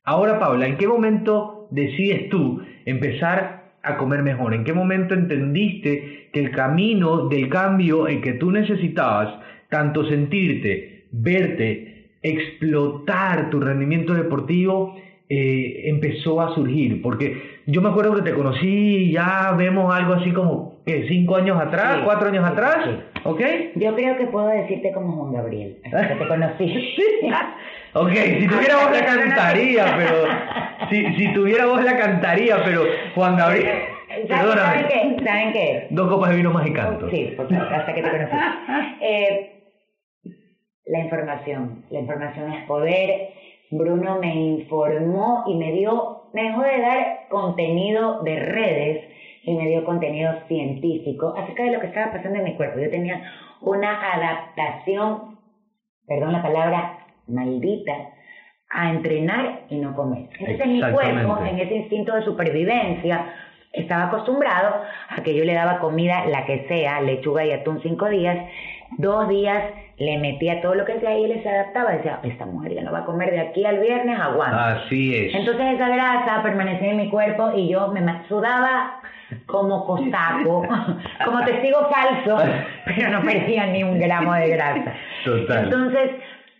Speaker 3: Ahora, Paula, ¿en qué momento decides tú empezar a comer mejor? ¿En qué momento entendiste que el camino del cambio en que tú necesitabas, tanto sentirte, verte, explotar tu rendimiento deportivo, eh, empezó a surgir? Porque yo me acuerdo que te conocí, ya vemos algo así como ¿qué? cinco años atrás,
Speaker 2: Sí,
Speaker 3: cuatro años
Speaker 2: sí,
Speaker 3: atrás,
Speaker 2: sí.
Speaker 3: ¿ok?
Speaker 2: Yo creo que puedo decirte como Juan Gabriel, hasta que te
Speaker 3: (laughs)
Speaker 2: conocí. (laughs)
Speaker 3: Ok,
Speaker 2: Ah,
Speaker 3: si tuviera voz la cantaría,
Speaker 2: (laughs)
Speaker 3: pero. Si, si tuviera voz la cantaría, pero Juan Gabriel.
Speaker 2: ¿Saben- ¿Saben
Speaker 3: Perdóname.
Speaker 2: eh, qué? ¿Saben qué?
Speaker 3: Dos copas de vino más y canto.
Speaker 2: Sí, por favor, hasta que te conocí. Eh, la información, la información es poder. Bruno me informó y me dio, me dejó de dar contenido de redes y me dio contenido científico acerca de lo que estaba pasando en mi cuerpo. Yo tenía una adaptación, perdón la palabra, maldita, a entrenar y no comer. Entonces mi cuerpo,
Speaker 3: Exactamente.
Speaker 2: en ese instinto de supervivencia, estaba acostumbrado a que yo le daba comida, la que sea, lechuga y atún cinco días, dos días le metía todo lo que sea y él se adaptaba, decía, esta mujer ya no va a comer de aquí al viernes, aguanta.
Speaker 3: Así es.
Speaker 2: Entonces esa grasa permanecía en mi cuerpo y yo me ma- sudaba como costaco, (laughs) como testigo falso, (laughs) pero no perdía ni un gramo de grasa.
Speaker 3: Total.
Speaker 2: Entonces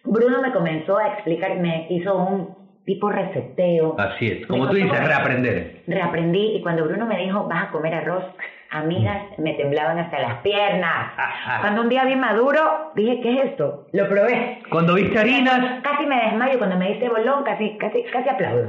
Speaker 2: Bruno me comenzó a explicar, me hizo un tipo reseteo.
Speaker 3: Así es. Como
Speaker 2: Me contó
Speaker 3: tú dices,
Speaker 2: cómo-
Speaker 3: reaprender.
Speaker 2: Reaprendí y cuando Bruno me dijo, vas a comer arroz, amigas,
Speaker 3: Mm.
Speaker 2: me temblaban hasta las
Speaker 3: (laughs)
Speaker 2: piernas. Cuando un día vi maduro, dije, ¿qué es esto? Lo probé.
Speaker 3: Cuando viste harinas.
Speaker 2: Casi me desmayo cuando me dice bolón, casi, casi, casi
Speaker 3: (laughs)
Speaker 2: aplaudo.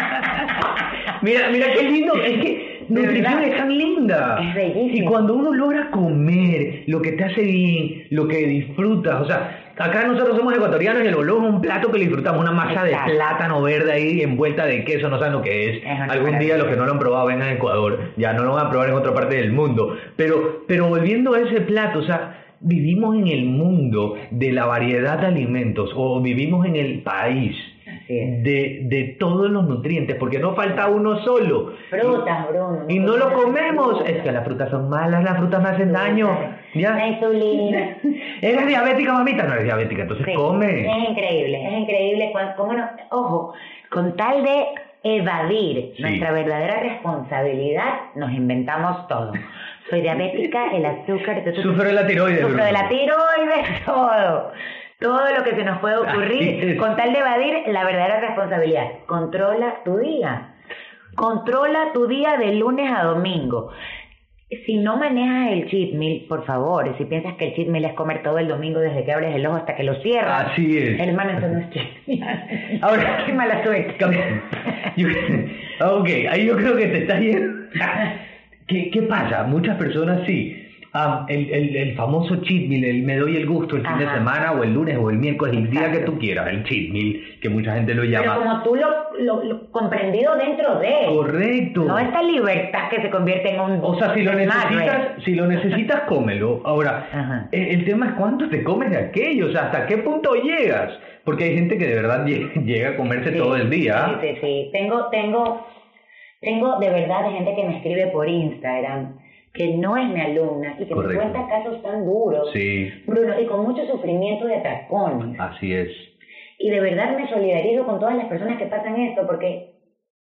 Speaker 2: (laughs)
Speaker 3: Mira, mira qué lindo. Es que
Speaker 2: De
Speaker 3: nutrición
Speaker 2: verdad.
Speaker 3: es tan linda.
Speaker 2: Es bellísimo.
Speaker 3: Y cuando uno logra comer lo que te hace bien, lo que disfrutas, o sea, acá nosotros somos ecuatorianos y el bolón es un plato que le disfrutamos, una masa
Speaker 2: Exacto.
Speaker 3: de plátano verde ahí envuelta de queso, no saben lo que es.
Speaker 2: Es una
Speaker 3: Algún día
Speaker 2: maravilla.
Speaker 3: los que no lo han probado vengan a Ecuador, ya no lo van a probar en otra parte del mundo. Pero, pero volviendo a ese plato, o sea, vivimos en el mundo de la variedad de alimentos o vivimos en el país.
Speaker 2: Así es.
Speaker 3: De, de todos los nutrientes, porque no falta uno solo.
Speaker 2: Frutas, Bruno.
Speaker 3: Y no lo comemos. Es que las frutas son malas, las frutas me hacen daño.
Speaker 2: La
Speaker 3: ¿Ya?
Speaker 2: insulina.
Speaker 3: (laughs) ¿Eres diabética, mamita? No eres diabética, entonces
Speaker 2: Sí.
Speaker 3: come.
Speaker 2: Es increíble, es increíble. cuan- cómo no- ojo, con tal de evadir
Speaker 3: Sí.
Speaker 2: nuestra verdadera responsabilidad, nos inventamos todo. Soy diabética, el azúcar, tu, tu, tu,
Speaker 3: Sufro de la tiroides.
Speaker 2: Eh, sufro
Speaker 3: Bruno.
Speaker 2: de la tiroides, (laughs) todo. Todo lo que se nos puede
Speaker 3: Así
Speaker 2: ocurrir
Speaker 3: es.
Speaker 2: con tal de evadir la verdadera responsabilidad. Controla tu día. Controla tu día de lunes a domingo. Si no manejas el cheat meal, por favor, si piensas que el cheat meal es comer todo el domingo desde que abres el ojo hasta que lo cierras,
Speaker 3: Así es.
Speaker 2: hermano, eso no es cheat meal. (laughs)
Speaker 3: Ahora-
Speaker 2: qué mala suerte.
Speaker 3: (laughs) Yo- ah, ok, ahí yo creo que te estás yendo. ¿Qué, qué pasa? Muchas personas sí. Ah, el, el, el famoso cheat meal, el me doy el gusto el fin de
Speaker 2: Ajá.
Speaker 3: semana o el lunes o el miércoles, el día que
Speaker 2: Exacto.
Speaker 3: tú quieras, el cheat meal, que mucha gente lo
Speaker 2: Pero
Speaker 3: llama.
Speaker 2: como tú lo, lo- lo comprendido dentro de...
Speaker 3: Correcto.
Speaker 2: No esta libertad que se convierte en un...
Speaker 3: O sea, si lo
Speaker 2: desmadre.
Speaker 3: necesitas, si lo necesitas, cómelo. Ahora,
Speaker 2: Ajá.
Speaker 3: eh, el tema es cuánto te comes de aquello, o sea, hasta qué punto llegas. Porque hay gente que de verdad (laughs) lle- llega a comerse
Speaker 2: Sí,
Speaker 3: todo el día.
Speaker 2: Sí, sí, sí. Tengo, tengo, tengo de verdad de gente que me escribe por Instagram, que no es mi alumna y que
Speaker 3: Correcto.
Speaker 2: me cuenta casos tan duros.
Speaker 3: Sí,
Speaker 2: Bruno, y con mucho sufrimiento de tacones.
Speaker 3: así es.
Speaker 2: Y de verdad me solidarizo con todas las personas que pasan esto, porque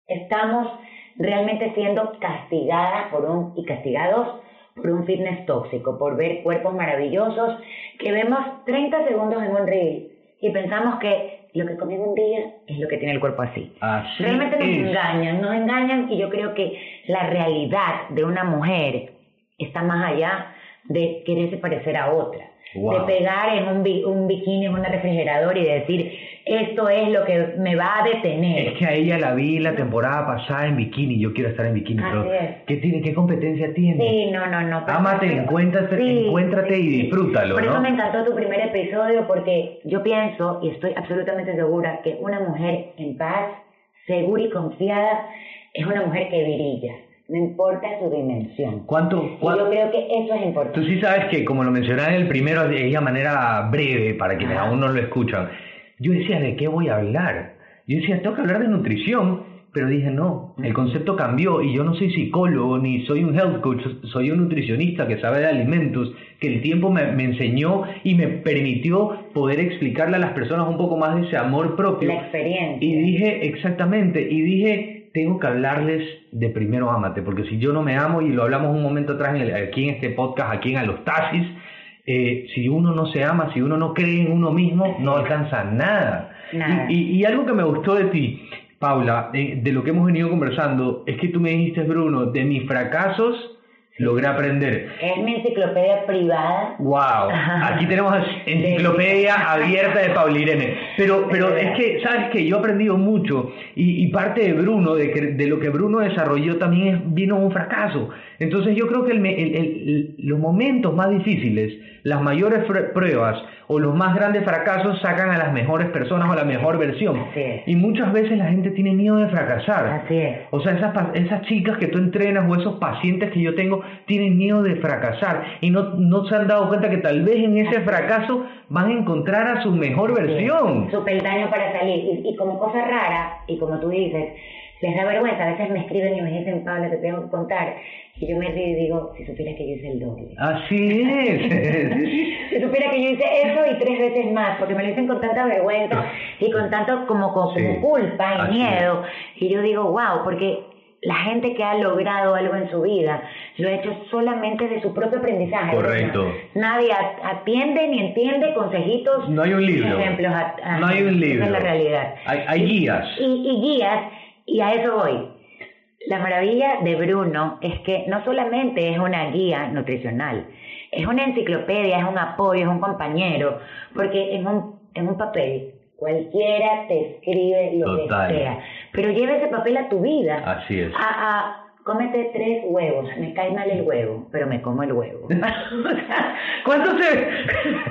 Speaker 2: estamos realmente siendo castigadas por un, y castigados por un fitness tóxico, por ver cuerpos maravillosos que vemos 30 segundos en un reel y pensamos que lo que comí en un día es lo que tiene el cuerpo así.
Speaker 3: Así
Speaker 2: Realmente nos
Speaker 3: es.
Speaker 2: engañan, nos engañan y yo creo que la realidad de una mujer está más allá de quererse parecer a otra.
Speaker 3: Wow.
Speaker 2: De pegar en un, bi- un bikini, en un refrigerador y decir, esto es lo que me va a detener.
Speaker 3: Es que a ella la vi la temporada pasada en bikini, yo quiero estar en bikini,
Speaker 2: Así
Speaker 3: pero
Speaker 2: es.
Speaker 3: ¿qué tiene, qué competencia tiene?
Speaker 2: Sí, no, no, no. pero-
Speaker 3: Ámate, encuéntrate- encuéntrate y disfrútalo,
Speaker 2: Por eso
Speaker 3: ¿no?
Speaker 2: me encantó tu primer episodio porque yo pienso y estoy absolutamente segura que una mujer en paz, segura y confiada es una mujer que brilla, no importa su dimensión.
Speaker 3: ¿Cuánto,
Speaker 2: Y
Speaker 3: cuánto-
Speaker 2: yo creo que eso es importante.
Speaker 3: Tú sí sabes que, como lo mencionaba en el primero, es de manera breve para quienes
Speaker 2: Ajá.
Speaker 3: aún no lo escuchan. Yo decía, ¿de qué voy a hablar? Yo decía, tengo que hablar de nutrición, pero dije, no, el concepto cambió y yo no soy psicólogo ni soy un health coach, soy un nutricionista que sabe de alimentos, que el tiempo me, me enseñó y me permitió poder explicarle a las personas un poco más de ese amor propio.
Speaker 2: La experiencia.
Speaker 3: Y dije, exactamente, y dije, tengo que hablarles de primero ámate, porque si yo no me amo, y lo hablamos un momento atrás en el- aquí en este podcast, aquí en Alostasis, eh, si uno no se ama, si uno no cree en uno mismo, no alcanza nada.
Speaker 2: Nada.
Speaker 3: Y, y- y algo que me gustó de ti, Paula, eh, de lo que hemos venido conversando, es que tú me dijiste, Bruno, de mis fracasos logré aprender.
Speaker 2: Es mi enciclopedia privada.
Speaker 3: Wow, aquí tenemos enciclopedia abierta de Paula Irene. Pero, pero es que, ¿sabes que Yo he aprendido mucho y, y parte de Bruno, de, que- de lo que Bruno desarrolló también es- vino un fracaso. Entonces yo creo que el me- el- el- los momentos más difíciles, las mayores fr- pruebas o los más grandes fracasos sacan a las mejores personas o a la mejor versión.
Speaker 2: Así es.
Speaker 3: Y muchas veces la gente tiene miedo de fracasar.
Speaker 2: Así es.
Speaker 3: O sea, esas, pa- esas chicas que tú entrenas o esos pacientes que yo tengo tienen miedo de fracasar y no, no se han dado cuenta que tal vez en ese fracaso van a encontrar a su mejor versión.
Speaker 2: Su peldaño para salir. Y, y como cosa rara, y como tú dices, les da vergüenza. A veces me escriben y me dicen, Pablo, te tengo que contar. Y yo me río y digo, si supieras que yo hice el doble.
Speaker 3: Así (laughs) es.
Speaker 2: (laughs) Si supiera que yo hice eso y tres veces más, porque me lo dicen con tanta vergüenza y con tanto como, como, como
Speaker 3: Ah, Sí,
Speaker 2: culpa y
Speaker 3: así
Speaker 2: miedo. Y yo digo, wow, porque la gente que ha logrado algo en su vida lo ha hecho solamente de su propio aprendizaje.
Speaker 3: Correcto.
Speaker 2: O sea, Nadie at- atiende ni entiende consejitos.
Speaker 3: No hay un
Speaker 2: ni
Speaker 3: libro.
Speaker 2: Ejemplos at-
Speaker 3: No hay un
Speaker 2: esa
Speaker 3: libro.
Speaker 2: es la realidad.
Speaker 3: Hay, hay guías.
Speaker 2: Y, (laughs) y guías, y a eso voy. La maravilla de Bruno es que no solamente es una guía nutricional, es una enciclopedia, es un apoyo, es un compañero, porque en un, en un papel cualquiera te escribe lo
Speaker 3: Total.
Speaker 2: que sea, pero lleva ese papel a tu vida.
Speaker 3: Así es.
Speaker 2: A, a, cómete tres huevos, me cae mal el huevo, pero me como el
Speaker 3: (laughs)
Speaker 2: huevo.
Speaker 3: ¿Cuánto se...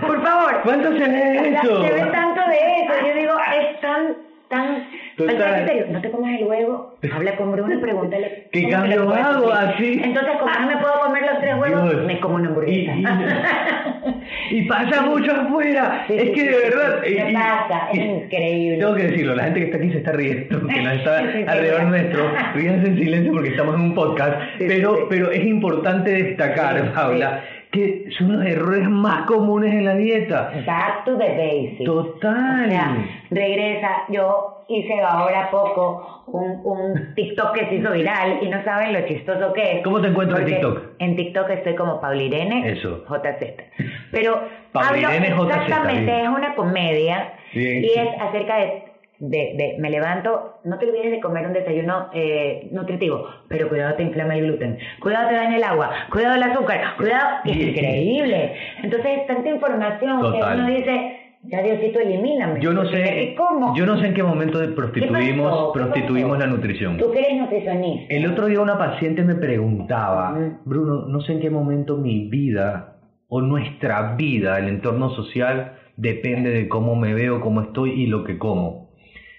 Speaker 3: (laughs)
Speaker 2: Por favor.
Speaker 3: ¿Cuánto se ve eso?
Speaker 2: Se ve tanto de eso. Yo digo, es tan, tan.
Speaker 3: Total.
Speaker 2: falta de criterio. No te comas el huevo, habla con Bruno y
Speaker 3: (laughs)
Speaker 2: pregúntale.
Speaker 3: ¿Qué
Speaker 2: cómo te
Speaker 3: cambio
Speaker 2: lo puedes
Speaker 3: hago?
Speaker 2: hacer.
Speaker 3: Así.
Speaker 2: Entonces, como no me puedo comer los tres huevos,
Speaker 3: Dios.
Speaker 2: me como una hamburguesa.
Speaker 3: Y, y- y pasa mucho afuera.
Speaker 2: Sí,
Speaker 3: es
Speaker 2: sí,
Speaker 3: que
Speaker 2: sí,
Speaker 3: de
Speaker 2: sí,
Speaker 3: verdad.
Speaker 2: sí.
Speaker 3: y-
Speaker 2: Me
Speaker 3: y-
Speaker 2: pasa, es
Speaker 3: y-
Speaker 2: increíble.
Speaker 3: Tengo que decirlo, la gente que está aquí se está riendo, que nos
Speaker 2: (laughs)
Speaker 3: está
Speaker 2: Sí, sí, sí.
Speaker 3: alrededor nuestro. Ríanse en silencio porque estamos en un podcast.
Speaker 2: Sí,
Speaker 3: pero,
Speaker 2: sí, sí.
Speaker 3: pero es importante destacar,
Speaker 2: Sí, sí.
Speaker 3: Paula, que son los errores más comunes en la dieta.
Speaker 2: Back to the basics.
Speaker 3: Total.
Speaker 2: O sea, regresa. Yo hice ahora poco un, un TikTok que se hizo viral y no saben lo chistoso que es.
Speaker 3: ¿Cómo te encuentro en
Speaker 2: Porque
Speaker 3: TikTok?
Speaker 2: En TikTok estoy como Paulirene
Speaker 3: Eso.
Speaker 2: JZ.
Speaker 3: (laughs)
Speaker 2: Pero
Speaker 3: Paulirene
Speaker 2: hablo
Speaker 3: JZ,
Speaker 2: exactamente,
Speaker 3: bien.
Speaker 2: es una comedia
Speaker 3: Bien.
Speaker 2: y es acerca de, de, de- me levanto, no te olvides de comer un desayuno eh, nutritivo, pero cuidado te inflama el gluten, cuidado te daña el agua, cuidado el azúcar, cuidado, es
Speaker 3: Bien.
Speaker 2: increíble. Entonces es tanta información
Speaker 3: Total.
Speaker 2: que uno dice, ya Diosito, elimíname.
Speaker 3: Yo no
Speaker 2: Porque ya
Speaker 3: sé,
Speaker 2: que como.
Speaker 3: yo no sé en qué momento
Speaker 2: ¿Qué pasó?
Speaker 3: prostituimos,
Speaker 2: ¿Qué
Speaker 3: prostituimos
Speaker 2: pasó?
Speaker 3: la nutrición.
Speaker 2: Tú que eres nutricionista.
Speaker 3: El otro día una paciente me preguntaba,
Speaker 2: Ujú.
Speaker 3: Bruno, no sé en qué momento mi vida o nuestra vida, el entorno social, depende de cómo me veo, cómo estoy y lo que como.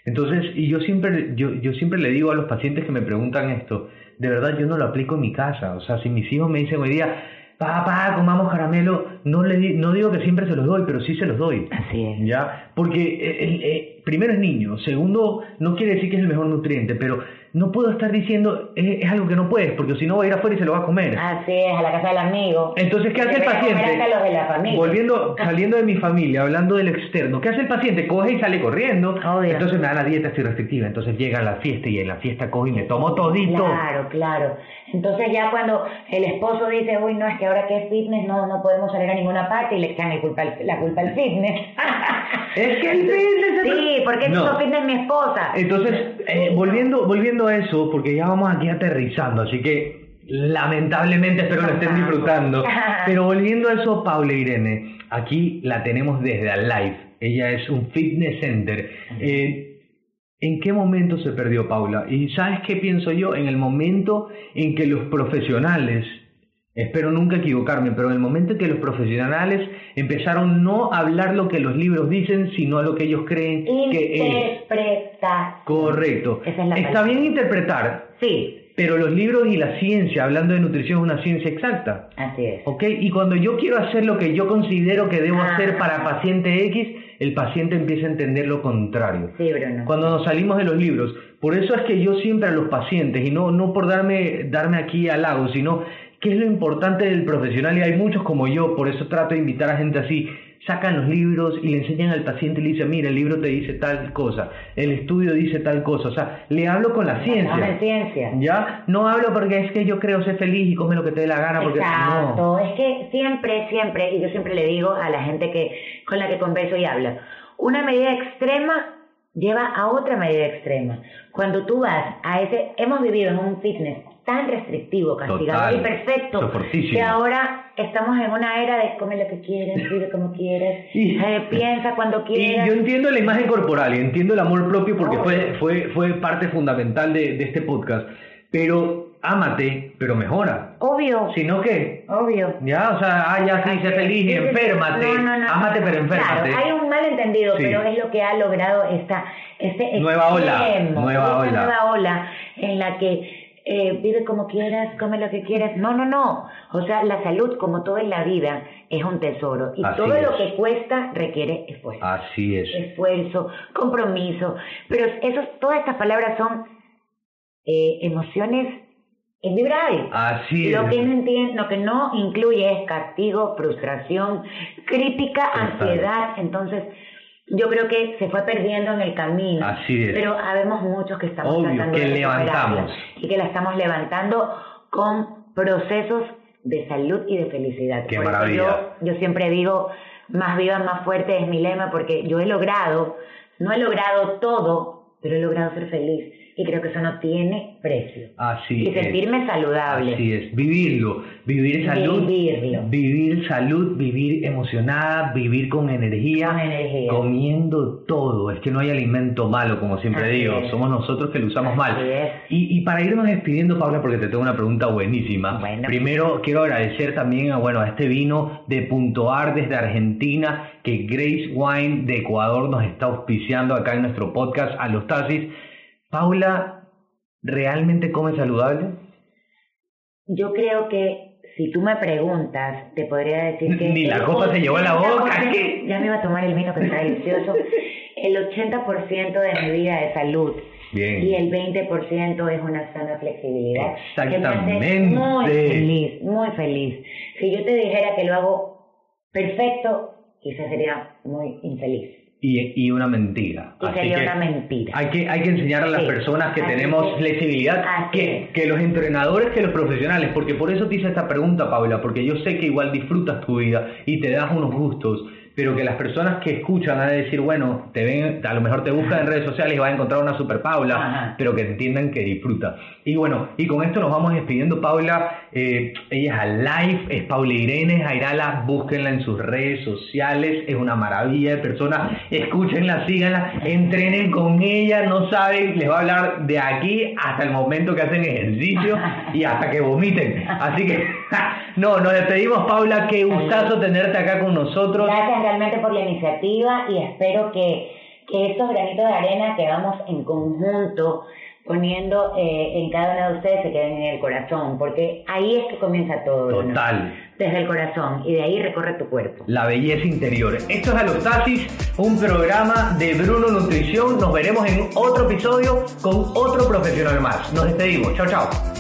Speaker 3: Entonces, y yo siempre, yo, yo siempre le digo a los pacientes que me preguntan esto, de verdad yo no lo aplico en mi casa. O sea, si mis hijos me dicen hoy día, papá, comamos caramelo, no, le di- no digo que siempre se los doy, pero sí se los doy.
Speaker 2: Así es.
Speaker 3: ¿ya? Porque eh, eh, eh, primero es niño, segundo no quiere decir que es el mejor nutriente, pero no puedo estar diciendo es, es algo que no puedes, porque si no va a ir afuera y se lo va a comer.
Speaker 2: Así es, a la casa del amigo.
Speaker 3: Entonces, ¿qué hace
Speaker 2: Se
Speaker 3: el
Speaker 2: van a comer
Speaker 3: paciente?
Speaker 2: hasta los de la familia.
Speaker 3: Volviendo, saliendo de mi familia, hablando del externo, ¿qué hace el paciente? Coge y sale corriendo.
Speaker 2: Obvio.
Speaker 3: Entonces me da la dieta así restrictiva. Entonces llega a la fiesta y en la fiesta coge y me tomo todito.
Speaker 2: Claro, claro. Entonces ya cuando el esposo dice, uy, no, es que ahora que es fitness no, no podemos salir a ninguna parte y le echan el culpa al- la culpa al fitness.
Speaker 3: (laughs) Es que el fitness es-
Speaker 2: Sí, porque
Speaker 3: No.
Speaker 2: hizo fitness mi esposa.
Speaker 3: Entonces, eh, volviendo, volviendo a eso, porque ya vamos aquí aterrizando, así que lamentablemente espero lo estén disfrutando. Pero volviendo a eso, Paula e Irene, aquí la tenemos desde Alive. Ella es un fitness center. Eh, ¿En qué momento se perdió Paula? Y sabes qué pienso yo, en el momento en que los profesionales, espero nunca equivocarme, pero en el momento en que los profesionales empezaron no a hablar lo que los libros dicen, sino lo que ellos creen que es.
Speaker 2: Interpreta.
Speaker 3: Correcto.
Speaker 2: Esa es la
Speaker 3: Está
Speaker 2: palabra.
Speaker 3: bien interpretar,
Speaker 2: Sí,
Speaker 3: pero los libros y la ciencia, hablando de nutrición, es una ciencia exacta.
Speaker 2: así es.
Speaker 3: ¿Ok? Y cuando yo quiero hacer lo que yo considero que debo
Speaker 2: Ah.
Speaker 3: hacer para paciente X, el paciente empieza a entender lo contrario.
Speaker 2: Sí, Bruno.
Speaker 3: Cuando nos salimos de los libros, por eso es que yo siempre a los pacientes, y no, no por darme, darme aquí halago, sino que es lo importante del profesional, y hay muchos como yo, por eso trato de invitar a gente así, sacan los libros y le enseñan al paciente y le dicen, mira, el libro te dice tal cosa, el estudio dice tal cosa, o sea, le hablo con la
Speaker 2: Hablamos
Speaker 3: ciencia.
Speaker 2: de ciencia.
Speaker 3: ¿Ya? No hablo porque es que yo creo ser feliz y come lo que te dé la gana, Ah, porque no.
Speaker 2: Exacto, es que siempre, siempre, y yo siempre le digo a la gente que con la que converso y hablo, una medida extrema lleva a otra medida extrema. Cuando tú vas a ese, hemos vivido en un fitness tan restrictivo, castigado
Speaker 3: Total,
Speaker 2: y perfecto,
Speaker 3: soportísimo.
Speaker 2: que ahora estamos en una era de come lo que quieras, vive como quieras,
Speaker 3: (laughs) Y-
Speaker 2: eh, piensa cuando
Speaker 3: Y
Speaker 2: quieras.
Speaker 3: yo entiendo la imagen corporal y entiendo el amor propio porque
Speaker 2: Obvio.
Speaker 3: fue, fue, fue parte fundamental de, de este podcast. Pero ámate, pero mejora.
Speaker 2: Obvio,
Speaker 3: Si no, ¿qué?
Speaker 2: obvio.
Speaker 3: Ya, o sea, ah, ya sí, sé feliz y enférmate.
Speaker 2: No, no, no.
Speaker 3: Ámate, pero enférmate.
Speaker 2: Claro, hay un malentendido,
Speaker 3: Sí.
Speaker 2: pero es lo que ha logrado esta este
Speaker 3: Nueva ola,
Speaker 2: extremo,
Speaker 3: nueva
Speaker 2: esta
Speaker 3: ola.
Speaker 2: nueva ola en la que eh, vive como quieras, come lo que quieras. No, no, no. O sea, la salud, como todo en la vida, es un tesoro y
Speaker 3: Así
Speaker 2: todo
Speaker 3: es.
Speaker 2: lo que cuesta requiere esfuerzo
Speaker 3: Así es.
Speaker 2: esfuerzo, compromiso. Pero esos, todas estas palabras son eh, emociones en vibral.
Speaker 3: Así
Speaker 2: Lo
Speaker 3: es.
Speaker 2: que, no entien- lo que no incluye es castigo, frustración, crítica,
Speaker 3: Total.
Speaker 2: ansiedad. Entonces, yo creo que se fue perdiendo en el camino.
Speaker 3: Así es.
Speaker 2: Pero habemos muchos que estamos
Speaker 3: Obvio,
Speaker 2: tratando
Speaker 3: que
Speaker 2: de recuperarla
Speaker 3: levantamos.
Speaker 2: Y que la estamos levantando con procesos de salud y de felicidad.
Speaker 3: Qué
Speaker 2: Por eso
Speaker 3: maravilla.
Speaker 2: yo- yo siempre digo, más viva, más fuerte es mi lema, porque yo he logrado, no he logrado todo, pero he logrado ser feliz. Y creo que eso no tiene precio.
Speaker 3: Así
Speaker 2: Y
Speaker 3: es.
Speaker 2: sentirme saludable.
Speaker 3: Así es, vivirlo, vivir salud,
Speaker 2: Vivirlo.
Speaker 3: vivir salud, vivir emocionada, vivir con energía,
Speaker 2: Con energía.
Speaker 3: comiendo todo. Es que no hay alimento malo, como siempre
Speaker 2: Así
Speaker 3: digo,
Speaker 2: es.
Speaker 3: somos nosotros que lo usamos
Speaker 2: Así
Speaker 3: mal.
Speaker 2: es.
Speaker 3: Y, y para irnos despidiendo, Paula, porque te tengo una pregunta buenísima.
Speaker 2: Bueno.
Speaker 3: Primero quiero agradecer también a, bueno, a este vino de Punto Ar desde Argentina, que Grace Wine de Ecuador nos está auspiciando acá en nuestro podcast, a los taxis. Paula, ¿realmente come saludable?
Speaker 2: Yo creo que si tú me preguntas, te podría decir que...
Speaker 3: Ni la copa se llevó a la boca, ¿qué?
Speaker 2: Ya me iba a tomar el vino que está delicioso. El 80% de mi vida es salud.
Speaker 3: Bien.
Speaker 2: Y el 20% es una sana flexibilidad. Que
Speaker 3: Exactamente.
Speaker 2: me hace muy feliz, muy feliz. Si yo te dijera que lo hago perfecto, quizás sería muy infeliz.
Speaker 3: Y, y una mentira.
Speaker 2: Y
Speaker 3: Así
Speaker 2: sería
Speaker 3: que
Speaker 2: una mentira.
Speaker 3: Hay que, hay que enseñar a las
Speaker 2: Sí.
Speaker 3: personas que
Speaker 2: Así
Speaker 3: tenemos
Speaker 2: es.
Speaker 3: flexibilidad,
Speaker 2: Así
Speaker 3: que,
Speaker 2: es.
Speaker 3: que los entrenadores, que los profesionales, porque por eso te hice esta pregunta, Paula, porque yo sé que igual disfrutas tu vida y te das unos gustos, pero que las personas que escuchan van a decir, bueno, te ven, a lo mejor te buscan en redes sociales y vas a encontrar una super Paula,
Speaker 2: Ajá.
Speaker 3: pero que entiendan que disfruta. Y bueno, y con esto nos vamos despidiendo, Paula. Eh, ella es Alive, es Paula Irene, Jairala, búsquenla en sus redes sociales, es una maravilla de persona, escúchenla, síganla, entrenen con ella, no saben, les va a hablar de aquí hasta el momento que hacen ejercicio y hasta que vomiten. Así que, (laughs) no, nos despedimos, Paula, qué gustazo tenerte acá con nosotros.
Speaker 2: Gracias realmente por la iniciativa y espero que, que estos granitos de arena que vamos en conjunto poniendo eh, en cada uno de ustedes se queden en el corazón, porque ahí es que comienza todo. ¿no?
Speaker 3: Total.
Speaker 2: desde el corazón y de ahí recorre tu cuerpo.
Speaker 3: La belleza interior. Esto es Alostasis, un programa de Bruno Nutrición. Nos veremos en otro episodio con otro profesional más. Nos despedimos. Chao, chao.